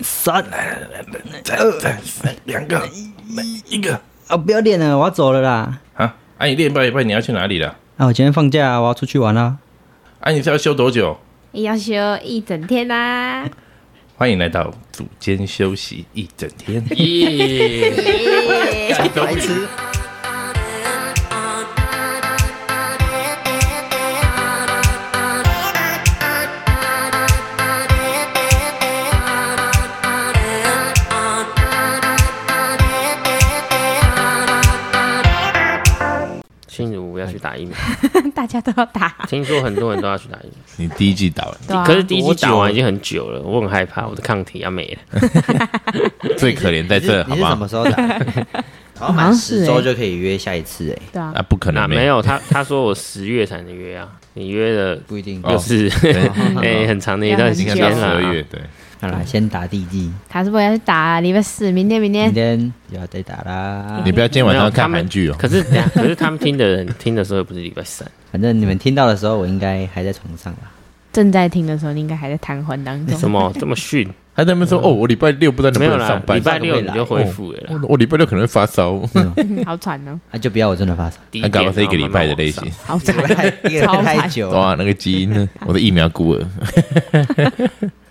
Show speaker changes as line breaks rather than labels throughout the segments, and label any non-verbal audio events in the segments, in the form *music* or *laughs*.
三，
再
呃
二、再三、两个、一个
哦
啊，不要练了，我要走了啦。
啊！啊，你练半一半，你要去哪里了？
啊，我今天放假，我要出去玩啦。
啊，你是要休多久？
要休一整天啊啦、
欢迎来到组间休息一整天。
耶！白痴，心如要去打疫苗，
*laughs* 大家都要打。
听说很多人都要去打疫苗，
你第一季打完，
对啊
可是第一季打完已经很久了，我很害怕，我的抗体要没了。
最可怜在
你是
这，
你
哎好哎
是哎什么
吗？
时候 *laughs* 打？好像
好像
满
是
十周
欸
就可以约下一次哎，
对啊
啊，，不可
那
能，
没。有他，他说我十月才能约啊，你约了
不一定。
哦 *laughs*
又是 *laughs* 哎很长的一段时
应该
间
到十
了
二
啊。
月，对，嗯
好啦，先打地基，
卡斯伯要去打，礼拜四，明天，明天
明。天就要再打啦
你。不要今天晚
没有
上看
他们
韩剧哦。
可是等下可是 *laughs* 他们听的人听的时候不是礼
*laughs*
拜三，
反正你们听到的时候，我应该还在床上吧？
正在听的时候，你应该还在瘫痪当中。
什么这么逊？
还在那边说哦，我礼拜六不知道能
嗯没
不
有
能
啦
上，班。
礼拜六
上
你
个月
就
啦
恢复了啦
哦。我礼拜六可能会发烧，
嗯 *laughs* 好惨哦，
啊，就不要我真的 *laughs* 发烧，
第
还搞
点
不是一个礼拜的类。
然
型
后慢慢往上。
好
这
惨
个。太这个
超惨
太久了。
哇，那个基因呢？我的疫苗孤
*laughs*
儿，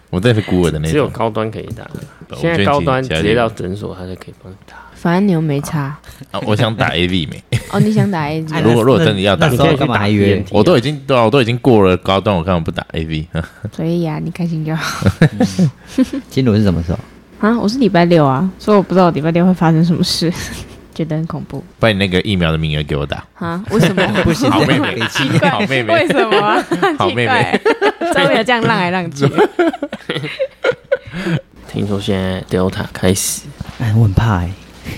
我真的是孤儿的那
只有
种。
高端可以打，
我
现
觉
在
得
高端
其他
直接到诊所，他就可以帮你打。
反正你又没差。
啊，我想打 AV 没？
哦，你想打 A 级
*laughs* 哎？
如果如果真的要打
那那时候干嘛还约？
我都已经对啊，我都已经过了高端，我看我不打 AV 呵呵
所以呀、你开心就好。
金轮是什么时候？
啊，我是礼拜六啊，所以我不知道我礼拜六会发生什么 *laughs* 事，觉得很恐怖
把你那个疫苗的名额给我
*laughs*
打。
啊？为什么？
不行，
好妹妹
北
奇
七
怪，
好妹妹
为什么 *laughs* 啊？
好妹妹
奇 *laughs* 怪，终于有这样浪来浪去。
听说现在 Delta 开始，
哎，我很怕哎，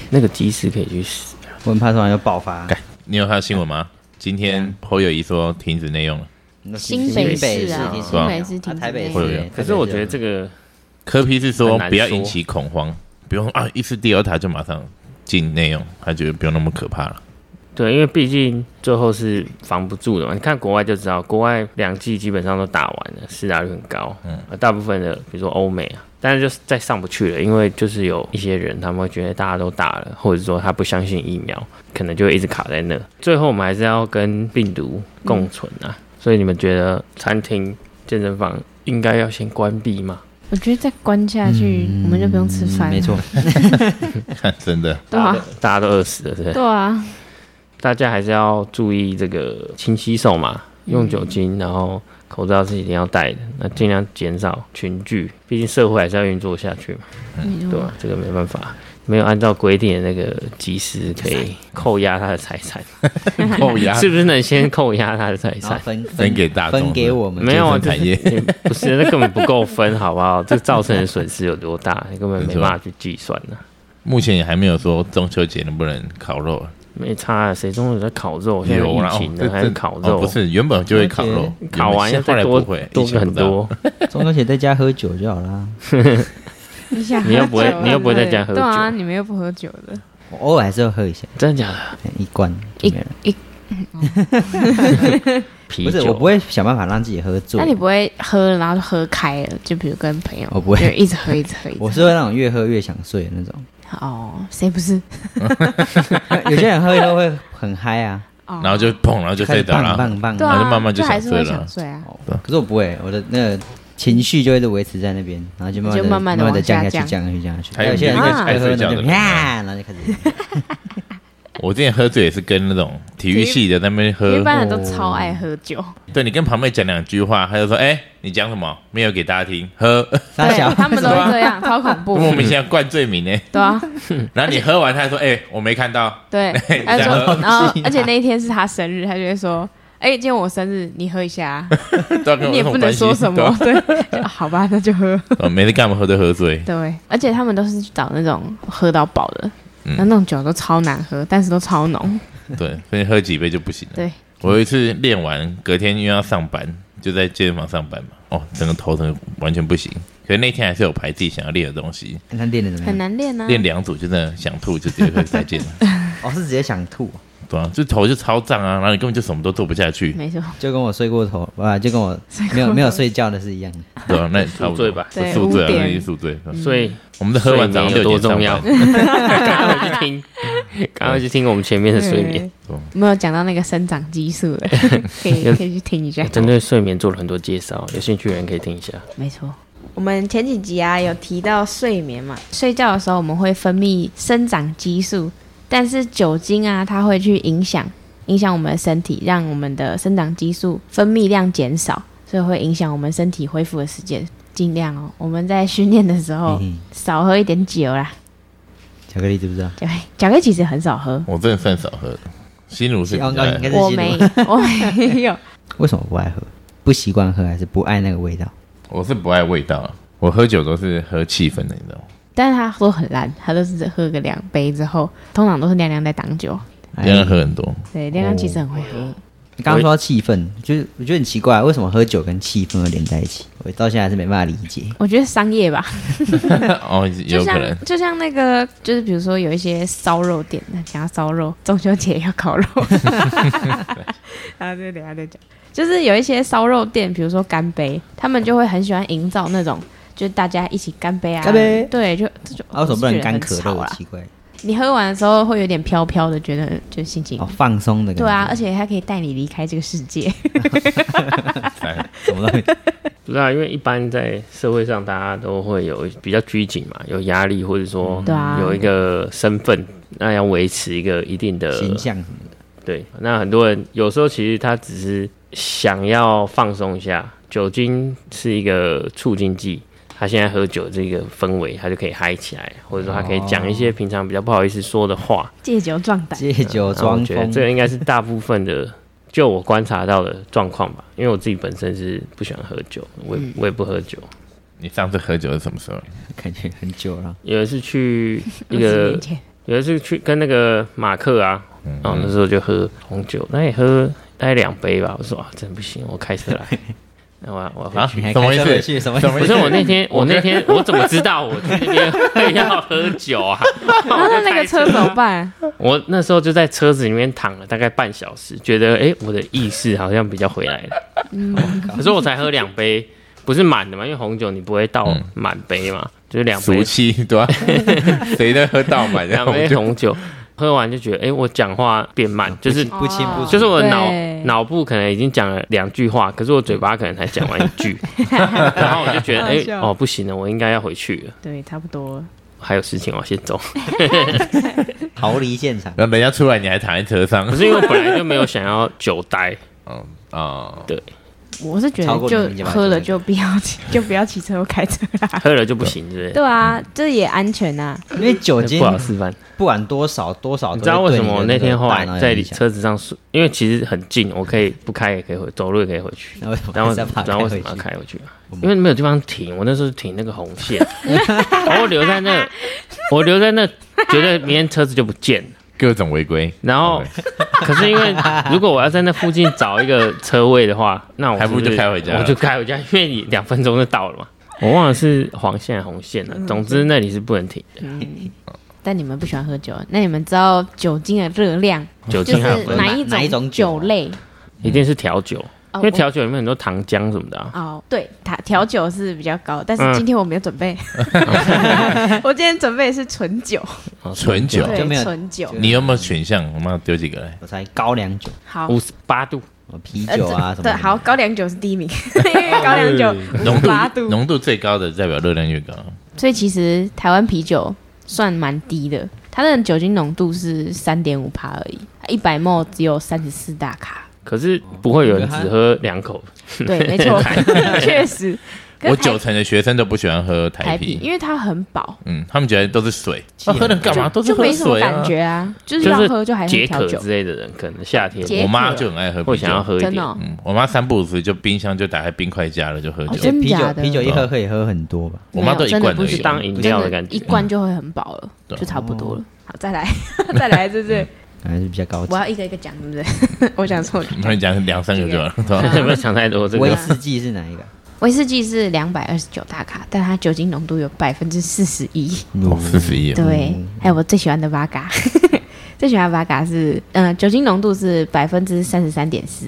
那个机师可以去死。
我很怕突然又爆发。
你有看到新闻吗？今天侯友谊说停止内用了，
新北市啊，
新
新北市
啊
挺
台北
会有
市，
可是我觉得这个
柯批是说
很难
不要
说
引起恐慌，不用啊，一次第二塔就马上进内用，他觉得不用那么可怕了。 *laughs*
对，因为毕竟最后是防不住的嘛。你看国外就知道，国外两季基本上都打完了，施打率很高。嗯，大部分的比如说欧美啊，但是就是再上不去了，因为就是有一些人他们会觉得大家都打了，或者说他不相信疫苗，可能就会一直卡在那。最后我们还是要跟病毒共存啊。
嗯
所以你们觉得餐厅、健身房应该要先关闭吗？
我觉得再关下去，我们就不用吃
嗯
饭。
没错，，
看，真的，
对啊，
大家都饿死了，是不是？
对啊，
大家还是要注意这个勤洗手嘛，
嗯
用酒精，然后口罩是一定要戴的，那尽量减少群聚，毕竟社会还是要运作下去嘛，
没
嗯对啊
错
啊
吧、。这个没办法，没有按照规定的那个及时可以扣押他的财产，
扣押
是不是能先扣押他的财
然后
啊
产？
分
分给大众
分给我们，
没有啊，
健身
就是
产业
你不是那根本不够分，好
*laughs*
不好？这造成的损失有多大，你根本没办法去计算啊呢、
目前也还没有说中秋节能不能烤肉，
没差、啊，谁中午在烤肉？现在
有啦
疫
哦
情
这
呢，还是
这
烤
哦
肉？
不是原本就会烤肉，
烤完
原
要
本后
再
来
多
不会，
多
意想
很
不到
多。
中秋节在家喝酒就好啦。
你想
你又不会
喝酒
你又不会在家喝酒
对啊，你们又不喝酒的。
我偶尔还是要喝一下，
真的假的？
一罐就没了。
啤
不是，
酒
我不会想办法让自己喝醉
那。你不会喝，然后就喝开了？就比如跟朋友，
我不会
就一直喝，一直喝，一直喝。
我是会那种越喝越想睡的那
*laughs*
种，
哦，谁不是？
有些人喝一喝会很嗨啊，
哦
然后就砰， *laughs* 然后就
开
睡
始
着了
棒。棒棒，
对
然
啊，
后就慢慢就想
还是
睡了哦
会想睡啊。
可是我不会，我的那个情绪就会一直维持在那边，然后就慢慢
就
地
慢
慢
慢地
慢的
往
降
下
下去，降下去，降下去。
还有
些人
你
就
那个
爱喝
爱睡
那
觉
种
的
呀，然后就开始。
我之前喝醉也是跟那种体育系的在那边
因为
喝，
班人都超爱喝酒，
对你跟旁边讲两句话，他就说：“哎，你讲什么？没有给大家听，喝。
傻
对
小，*laughs*
他们都会这样，超恐”怖。
莫名其妙灌醉名呢。
对啊，
然后你喝完，他还说：“哎，我没看到。，
对
*laughs*
他就
这样
说，
喝
然后而且那一天是他生日，他就会说：“哎，今天我生日，你喝一下啊。”
对啊” *laughs* 跟我
你也
有
不
么
能
关系
说什么，
*laughs*
对，就啊好吧，那就喝。
对啊每次干嘛喝都喝醉，
对，而且他们都是去找那种喝到饱的，
嗯
然后那种酒都超难喝，但是都超浓。
对，所以喝几杯就不行了。
对，
我有一次练完，隔天因为要上班，就在健身房上班嘛，哦，整个头疼完全不行。可是那天还是有排自己想要练的东西，
嗯看他练的怎么
很
样？
难练啊。
练两组就真的想吐，就直接开始再见了。
哦，是直接想吐，
*laughs* 对啊，就头就超胀啊，然后你根本就什么都做不下去，
没错，
就跟我睡过头啊，就跟我没有没有睡觉的是一样的。
对啊，那也差不多
宿醉吧
是宿醉啊，
对五
那
点
也宿醉。对啊
所以
我们的喝完早上
睡眠有
六
多
点上
重要
班，
*laughs* 赶快去听，赶快去听我们前面的睡眠。
对
*laughs* 没有讲到那个生长激素的，可以可以去听一下。
针对睡眠做了很多介绍，有兴趣的人可以听一下。
没错。我们前几集啊有提到睡眠嘛，睡觉的时候我们会分泌生长激素，但是酒精啊它会去影响影响我们的身体，让我们的生长激素分泌量减少，所以会影响我们身体恢复的时间。尽量哦，我们在训练的时候
嗯
少喝一点酒啦。
巧克力知不知道？
对，巧克力其实很少喝，
我真的算少喝的。心如是比较
我刚刚应该
爱，
是
我
吸毒
没我没有，
为什么不爱喝？不习惯喝还是不爱那个味道？
我是不爱味道啊，我喝酒都是喝气氛的，你知道吗？
但是他都很烂，他都是喝个两杯之后，通常都是娘娘在挡酒。
这样喝很多，
对，娘娘其实很会喝。
你哎刚刚说到气氛，就是我觉得很奇怪，为什么喝酒跟气氛会连在一起？我到现在还是没办法理解。
我觉得商业吧，
哦，
就
有可能
像就像那个，就是比如说有一些烧肉店，想要烧肉，中秋节要烤肉，然后就等一下再讲。就是有一些烧肉店，比如说干杯，他们就会很喜欢营造那种，就是大家一起干杯啊，
干杯
对，就这就
啊，为什么不能干可
我是觉得
乐？
很吵啦
奇怪，
你喝完的时候会有点飘飘的，觉得就心情、
哦，放松的感觉。
对啊，，而且它可以带你离开这个世界。
什么东西？
不知道，因为一般在社会上，大家都会有比较拘谨嘛，有压力，或者说
对啊
有一个身份，那要维持一个一定的
形象
呃
什么的。
对，那很多人有时候其实他只是想要放松一下，酒精是一个促进剂，他现在喝酒这个氛围，他就可以嗨起来，或者说他可以讲一些平常比较不好意思说的话。
借酒壮胆，
借酒
然后我
装
觉得
疯，
这个应该是大部分的，就我观察到的状况吧，因为我自己本身是不喜欢喝酒，我也我也不喝酒。
你上次喝酒是什么时候？
感觉很久了。
有一次去一
20
个
年前
有一次去跟那个马克啊，
嗯
然后那时候就喝红酒，那也喝大概两杯吧。我说啊，真不行，我开车
*laughs*
来，那我要我要回
啊，
去。
你还
什么意
开车回
思？
去什么意思
么
不
意
是
思？
我那天，我那天我怎么知道我去那边会要喝酒啊？
啊， *laughs* 那那个车怎么办？
我那时候就在车子里面躺了大概半小时，觉得哎、诶我的意识好像比较回来了。
嗯
可是我才喝两杯，不是满的嘛，因为红酒你不会到满杯嘛，就是两
嗯
杯
俗气对吧？谁能喝到满？然
两
后我
杯
就
红酒，喝完就觉得哎、诶我讲话变慢，就是
哦
不清不楚，
就是我脑
对
脑部可能已经讲了两句话，可是我嘴巴可能才讲完一
*laughs*
句，然后我就觉得，哎、
好笑
哦，不行了，我应该要回去了，
对，差不多了。
还有事情我先走。
逃离现
*laughs*
场。
然后人家出来，你还躺在车上
可。是因为我本来就没有想要久待，
嗯啊，
我是觉
超过
得
你
就
就
喝了就不要 *laughs* 骑，就不要骑车或开车啦。
喝了就不行，对不
*laughs*
对？
对啊，这也安全啊。
因为酒精
不好示范。
不管多少多少，
你知道为什么我那天后来在
车，
车子上睡？因为其实很近，我可以不开也可以回，走路也可以回
*laughs*
去。
那为什
然
么还
后
是要
你
把
知
它
道为
开回
什么要
去？
开回去吗？因为没有地方停，我那时候停那个红线， *laughs* 然后我留在那，我留在那，觉得明天车子就不见了。
各种违规，
然后， *laughs* 可是因为如果我要在那附近找一个车位的 *laughs* 话，那我
还不如
是是
就开回家了
我就开回家，因为你两分钟就到了嘛。我忘了是黄线还是红线了、
嗯
总之那里是不能停的，
但你们不喜欢喝酒，啊那你们知道酒精的热量
酒
就
精还有
是
分，
哪一
哪一
种
种酒
酒
啊
类？
一定是调酒，
哦
因
我
为调酒里面很多糖浆什么的、啊。
哦，对，它调酒是比较高，但是
嗯
今天我没有准备， *laughs* 我今天准备的是纯酒，
哦
纯酒。
就没
对，
有
纯酒，
你有没有选项？我妈丢几个来？
我才高粱酒、
好。
五十八度，
什么啤
呃
酒啊
这
什么
对，
的。
好，高粱酒是第一
*laughs*
名，因为高粱酒五
浓
十八
度
度，
浓度最高的代表热量越高。
所以其实台湾啤酒算蛮低的，它的酒精浓度是三点五帕而已，一百 ml 只有三十四大卡，
*laughs*
可是不会有人只喝两口。
对，
*laughs*
没错，确实。可
我
是台
九成的学生都不喜欢喝台
台啤，
啤，
因为它很饱，
嗯，他们觉得都是水，
气
啊
很
喝了干嘛？都是
就
喝
没什么
水
感
啊。
觉啊，就是
就
要
是
喝就还是
解
调
渴
酒
之，类的人，可能夏天
解渴
我妈就很爱喝
会
啤
想要
酒，
喝一
真的
点。
哦。
嗯，我妈三不五时就冰箱就打开冰块加了就喝
哦
而
酒，
且
真
啤
假
酒
的
啤酒一喝可以喝很多吧？
我妈都一
真的
罐
不
而
是
已。
当饮料的感
一
觉，
罐就会很饱了，
*laughs* 对啊嗯
就差不多了。哦好，再来， *laughs* 再来，对不对？
感觉是比较高级
我。要一个一个讲，对不对？ *laughs* 我想错了。
我们讲两三个
*laughs*
就好了对
*laughs*
吧。
啊
*laughs* 有没有想太多？这
威
个
士忌是哪一个？
威士忌是两百二十九大卡，但它酒精浓度有百分之四十一。
嗯
哦，四十一，
对，还有我最喜欢的八嘎， *laughs* 最喜欢的 Vaga 是，嗯、酒精浓度是百分之三十三点四，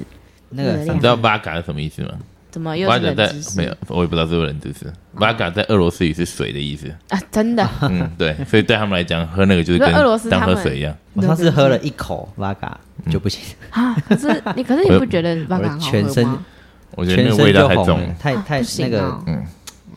那
热
个
量
你知道 Vaga 是什么意思吗
怎么又是
？Vaga
冷
在
知识？
没有，我也不知道是不是冷知识。Vaga 在俄罗斯语是水的
*laughs*
意思。
啊，真的，
嗯，对，所以对他们来讲，喝那个就是
那俄罗斯
跟当
他
喝
们
水一样。
我上次喝了一口
嗯
v 嘎就不行，
啊，可是你可是你不觉得 Vaga
我
好喝
全身
吗？
我觉得
全
那个
身
味道
就
太
红
重
了
了，，
太
啊
太
不
*laughs*
行
那个
哦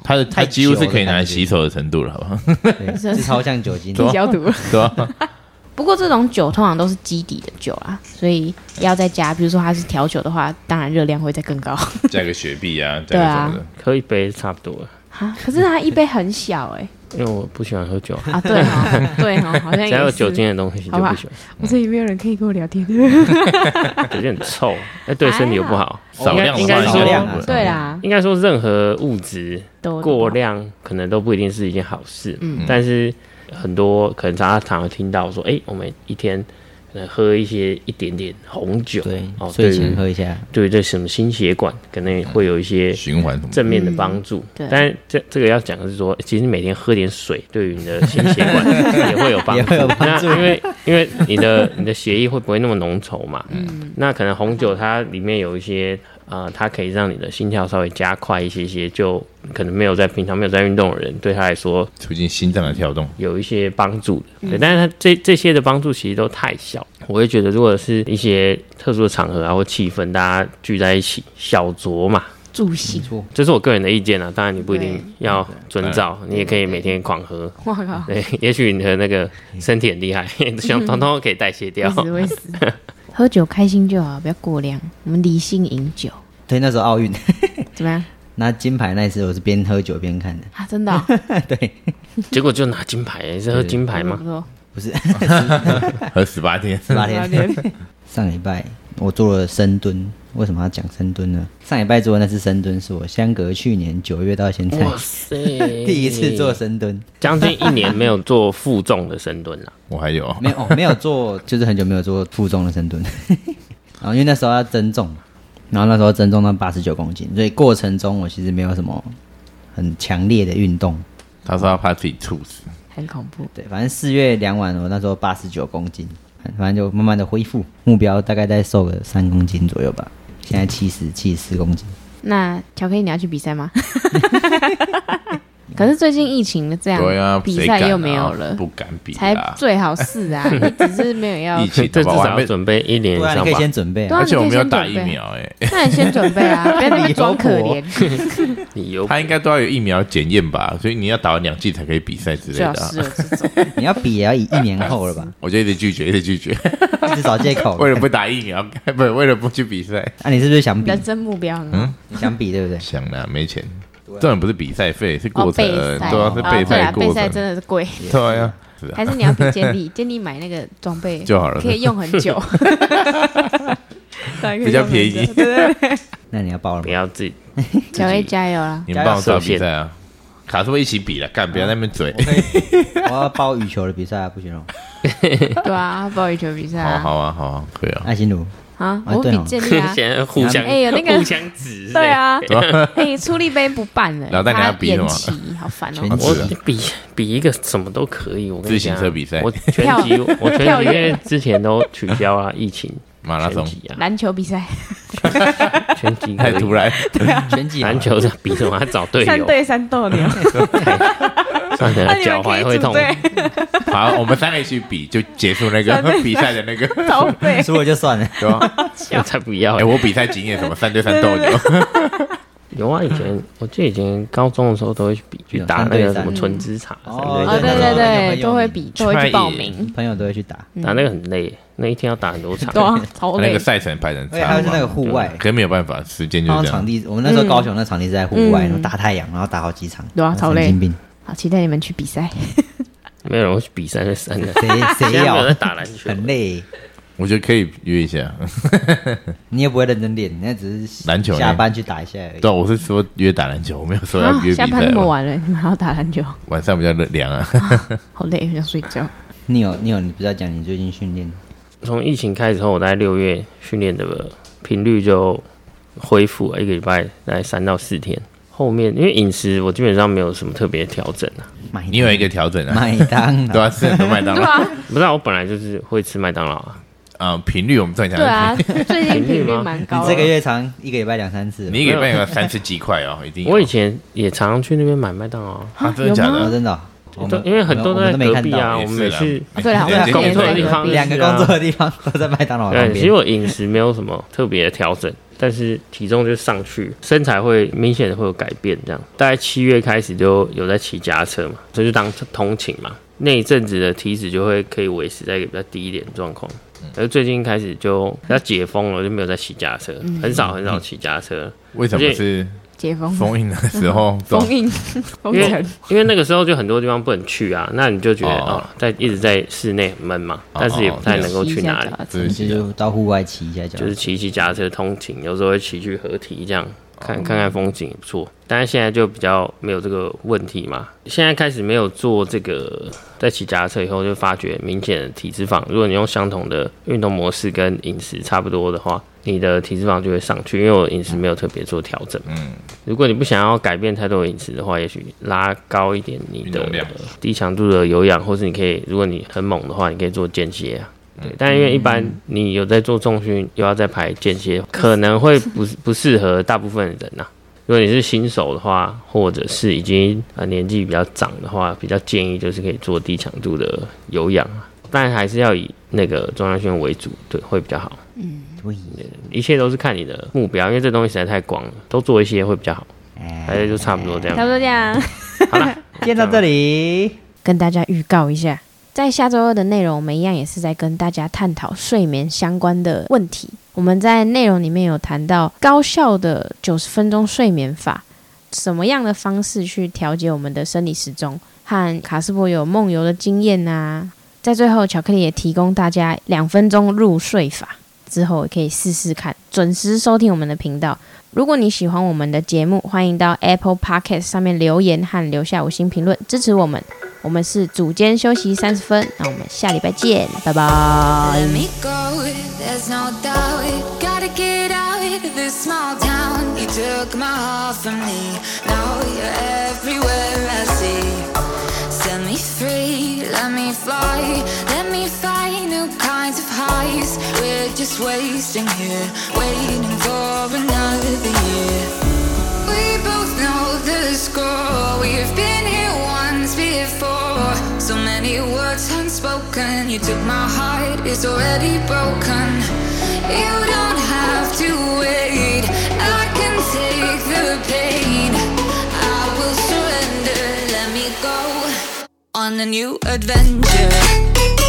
它的它
太
几乎是
久了
可以拿来
感觉
洗手的程度了，好不好？ *laughs*
对是超像酒精，
对
消毒。
对吧？
*laughs*
不过这种酒通常都是基底的酒啊，所以要再加，比如说它是调酒的话，当然热量会再更高
加个雪碧啊，加
对
个
啊
什么的。
喝一杯差不多了，
啊。可是它一杯很小哎、
因为我不喜欢
*laughs*
喝酒，
啊，对哦，对哦，好像
*laughs*
也
只要有
是
酒，精的东西就
好吧
不喜欢，
我这里没有人可以跟我聊天。
酒精很臭，哎，对身体又不好。
少量的
应
话
该
应该不
应该说
会
量啊
对啦，
应该说任何物质
都
过量可能都不一定是一件好事，嗯，但是很多可能常常听到说，哎、我们一天可能喝一些一点点红酒，
对
哦，，对
睡前
于
喝一下，
对于这什么心血管可能会有
啊
一些
循环什么的。
正面的帮助，
对
但这这个要讲的是说，其实每天喝点水对于你的心血管 *laughs* 也会有帮
也
助
会有，帮
那因为因为你的 *laughs* 你的血液会不会那么浓稠嘛，嗯，那可能红酒它里面有一些。啊、它可以让你的心跳稍微加快一些些，就可能没有在平常没有在运动的人，对他来说
促进心脏的跳
*laughs*
动。
有一些帮助的，对，但是它这这些的帮助其实都太小，我会觉得如果是一些特殊的场合啊或气氛，大家聚在一起小酌嘛，
助兴
没。错，
这是我个人的意见啊，当然你不一定
对
要遵照，你也可以每天狂喝，
我靠，
对， *laughs* 也许你的那个身体很
*laughs*
厉害，想通通可以代谢掉
会，死会死。 *laughs* 喝酒开心就好，不要过量。我们理性饮酒，
对，那时候奥运 *laughs*
怎么样
拿金牌那一次，我是边喝酒边看的，
啊？真的哦、 *laughs*
结果就拿金牌，是喝金牌
还
吗
不？错，
喝十八天，
十八天。 *laughs* 上礼拜我做了深蹲，为什么要讲深蹲呢？上礼拜做的那次深蹲是我相隔去年九月到现在
哇
*laughs*
塞，
第一次做深蹲，
将近一年没有做负重的深蹲
*laughs*
了，
我还有
没有、哦、没有
*laughs*
做，就是很久没有做负重的深蹲。 *laughs* 然后因为那时候要增重嘛，然后那时候增重到八十九公斤，所以过程中我其实没有什么很强烈的运动。
他说他怕自己猝死，
很恐怖。
对，反正四月量完我那时候八十九公斤，反反正就慢慢的恢复，目标大概再瘦个三公斤左右吧。现在七十七十四公斤，
那巧克力，你要去比赛吗？ *laughs* 可是最近疫情的这样，
对啊，
比
谁
赛
敢
又
啊
没有了，
不敢比
才
啊。
最好是
*laughs*
啊。你只是没有要
疫，情的
这至
吧，我
少
啊还
要
没，
准备一年
对啊，你
以上
可以
吧。
先准备
对
啊。
啊
而且我没有
你可以先
打疫
准备
苗哎，
*laughs* 那你先准备
*laughs*
啊，不要那么装可
有
怜。
你有
他应该都要有疫苗检验吧，所以你要打完两剂才可以比赛之类
最好
的啊。
是有这种，
你要比也要以一年后
*laughs*
了吧，
*laughs* 我就一直拒绝，一直拒
*laughs*
绝，
一直找借口。
为了不打疫苗， *laughs* 不为了不去比赛。
啊，你是不是想比？
人生目标很好。
嗯
你想比对不对？
想啦，没钱，这种不是比赛费，是过
哦，
程，
备赛，
对啊，是
啊哦
备
对
赛
啊，备
过
赛
程，
真的是贵，
对啊，是啊
还是你要比
*laughs*
建立，建立买那个装备
就好了 *laughs*
可，以用很久，对
比较便。
可以用很
宜
久。对对
那你要报了
不 *laughs*
吗？
要
*laughs*
自己
对小薇加油啦！
你们帮我找
加
比
油
赛啊，卡斯会一起比了，干，不要在那边嘴。
我要报羽球的比赛啊，不行哦。
对啊，暴雨球比赛
好
啊，
好啊，好啊，可以啊。
爱心
*laughs*
奴，
啊，
啊
我
对
比
哦
建立啊。
现在互相
哎有那个
*laughs* 互相指，
对，啊， *laughs* 哎，出力杯不办了，
然后再给他
他
比
延
是吗
期，好烦
全
哦。
集
我
是啊
比比一个什么都可以，我跟
自
你
行
讲，啊
车比赛
我拳
跳
击，我拳击
跳
因
远
为之前都取消啊，疫情
马拉
拳
松
击啊，
篮球比赛，
拳击
*laughs*
可
太
以
突，然，
全集
篮球的比什么？还找队
三
友，
对三斗牛，
算
那
了，
你
脚
们可以
踝会
组
痛，
队
好，我们三个一起比就结束那个
三对三
比赛的那
*laughs*
个，
超费。
输了就算了。
对吧？
我才不要
哎，。我比赛经验什么三对三斗牛， *laughs*
有啊，以前我记得以前高中的时候都会去比去打那个什么纯之茶，
*laughs*
三
哦
哦，
对
对
三
对
对
对，都会比，都会去
*laughs*
报名，
朋友都会去打，
打那个很累，那一天要打很多场
对，啊，超
那
累
个。赛程排成
而且还
差
有是那个
嘛，
户外，
啊
可是没有办法，时间就
然后
这
场
样。
地，我们那时候高雄那场地是在户
嗯
外，然后大太阳，然后打好几场，
对啊超累
神经病，
好，期待你们去比赛。
没有人会去比三对三的。
谁谁
现在没有在
要？
打篮球，
很累，
我觉得可以约一下， *laughs*
你也不会认真练，你那只是
篮球呢
下班去打一下而已
对。啊，我是说约打篮球，我没有说要约
啊下
比
班
赛
那么
嘛，
晚了， *laughs* 你们还要打篮球，
晚上比较凉
*laughs*
啊。
好累，很想睡觉。
你有你有，你不是要讲你最近训练？
从疫情开始后，我大概六月训练的频率就恢复了，一个礼拜大概三到四天。后面因为饮食我基本上没有什么特别调整啊，
麦
你有一个调整啊，
麦当
对
劳，
啊，吃很多麦当
对
劳
啊，
不是、啊、我本来就是会吃麦当劳啊，
啊，频率我们正常
对啊，最近频率蛮
你
高
这个
的。
月常一个礼拜两三次啊吧，
你一个礼拜有三十几块哦，一定有。
我以前也常常去那边买麦当劳啊，
啊，真的假
哦
的？
真的哦，我
都
们
因为很
我
多都
们
在
都没
隔
看
壁啊，
到，
我
也
们
是
每
啦
次
啊对啦
*laughs* 对
我们
工作
也
的地方
隔壁
两个工作的地方都在麦当劳旁
对，其实
边。
我饮食没有什么特别的调整，但是体重就上去，身材会明显的会有改变。这样，大概七月开始就有在骑家车嘛，所以就当通勤嘛。那一阵子的体脂就会可以维持在一个比较低一点的状况。
嗯
而最近开始就要解封了，就没有在骑家车，很少很少骑家车，
为什么是
解封，
封印的时候？
封印，封
因为
城。
因为那个时候就很多地方不能去啊，那你就觉得
哦
哦，在一直在室内很闷嘛，但是也不太能够去哪里。
*laughs*
对
你就到户外骑一下脚，
就是骑骑脚踏车通勤，有时候会骑去合体这样。看看看风景也不错，但是现在就比较没有这个问题嘛。现在开始没有做这个，在骑脚踏车以后就发觉明显的体脂肪。如果你用相同的运动模式跟饮食差不多的话，你的体脂肪就会上去，因为我饮食没有特别做调整。嗯，如果你不想要改变太多饮食的话，也许拉高一点你
运
的
动量
低强度的有氧，或是你可以，如果你很猛的话，你可以做间歇啊。
嗯
对，但因为一般你有在做重训，又要再排间歇，可能会不不适合大部分人啊呐、如果你是新手的话，或者是已经呃年纪比较长的话，比较建议就是可以做低强度的有氧啊，但还是要以那个中央训为主，对，会比较好。
对，
一切都是看你的目标，因为这东西实在太广了，都做一些会比较好。大
哎，
家就差不多这
差不
样。
多这样，
好了，
见到这里，
跟大家预告一下，在下周二的内容，我们一样也是在跟大家探讨睡眠相关的问题。我们在内容里面有谈到高效的九十分钟睡眠法，什么样的方式去调节我们的生理时钟，和卡斯伯有梦游的经验呐、在最后，巧克力也提供大家两分钟入睡法，之后也可以试试看。准时收听我们的频道。如果你喜欢我们的节目，欢迎到 Apple Podcast 上面留言和留下五星评论支持我们。我们是组间休息三十分，那我们下礼拜见，拜拜
Let。me go, there's no doubt. Gotta get out of this small town. You took my heart from me. Now you're everywhere I see. Set me free, let me fly. Let me find new kinds of highs. We're just wasting here, waiting for another year. We both know the score. We've been here once before. So many words unspoken. You took my heart, it's already broken. You don't have to wait. I can take the pain. I will surrender. Let me go on a new adventure.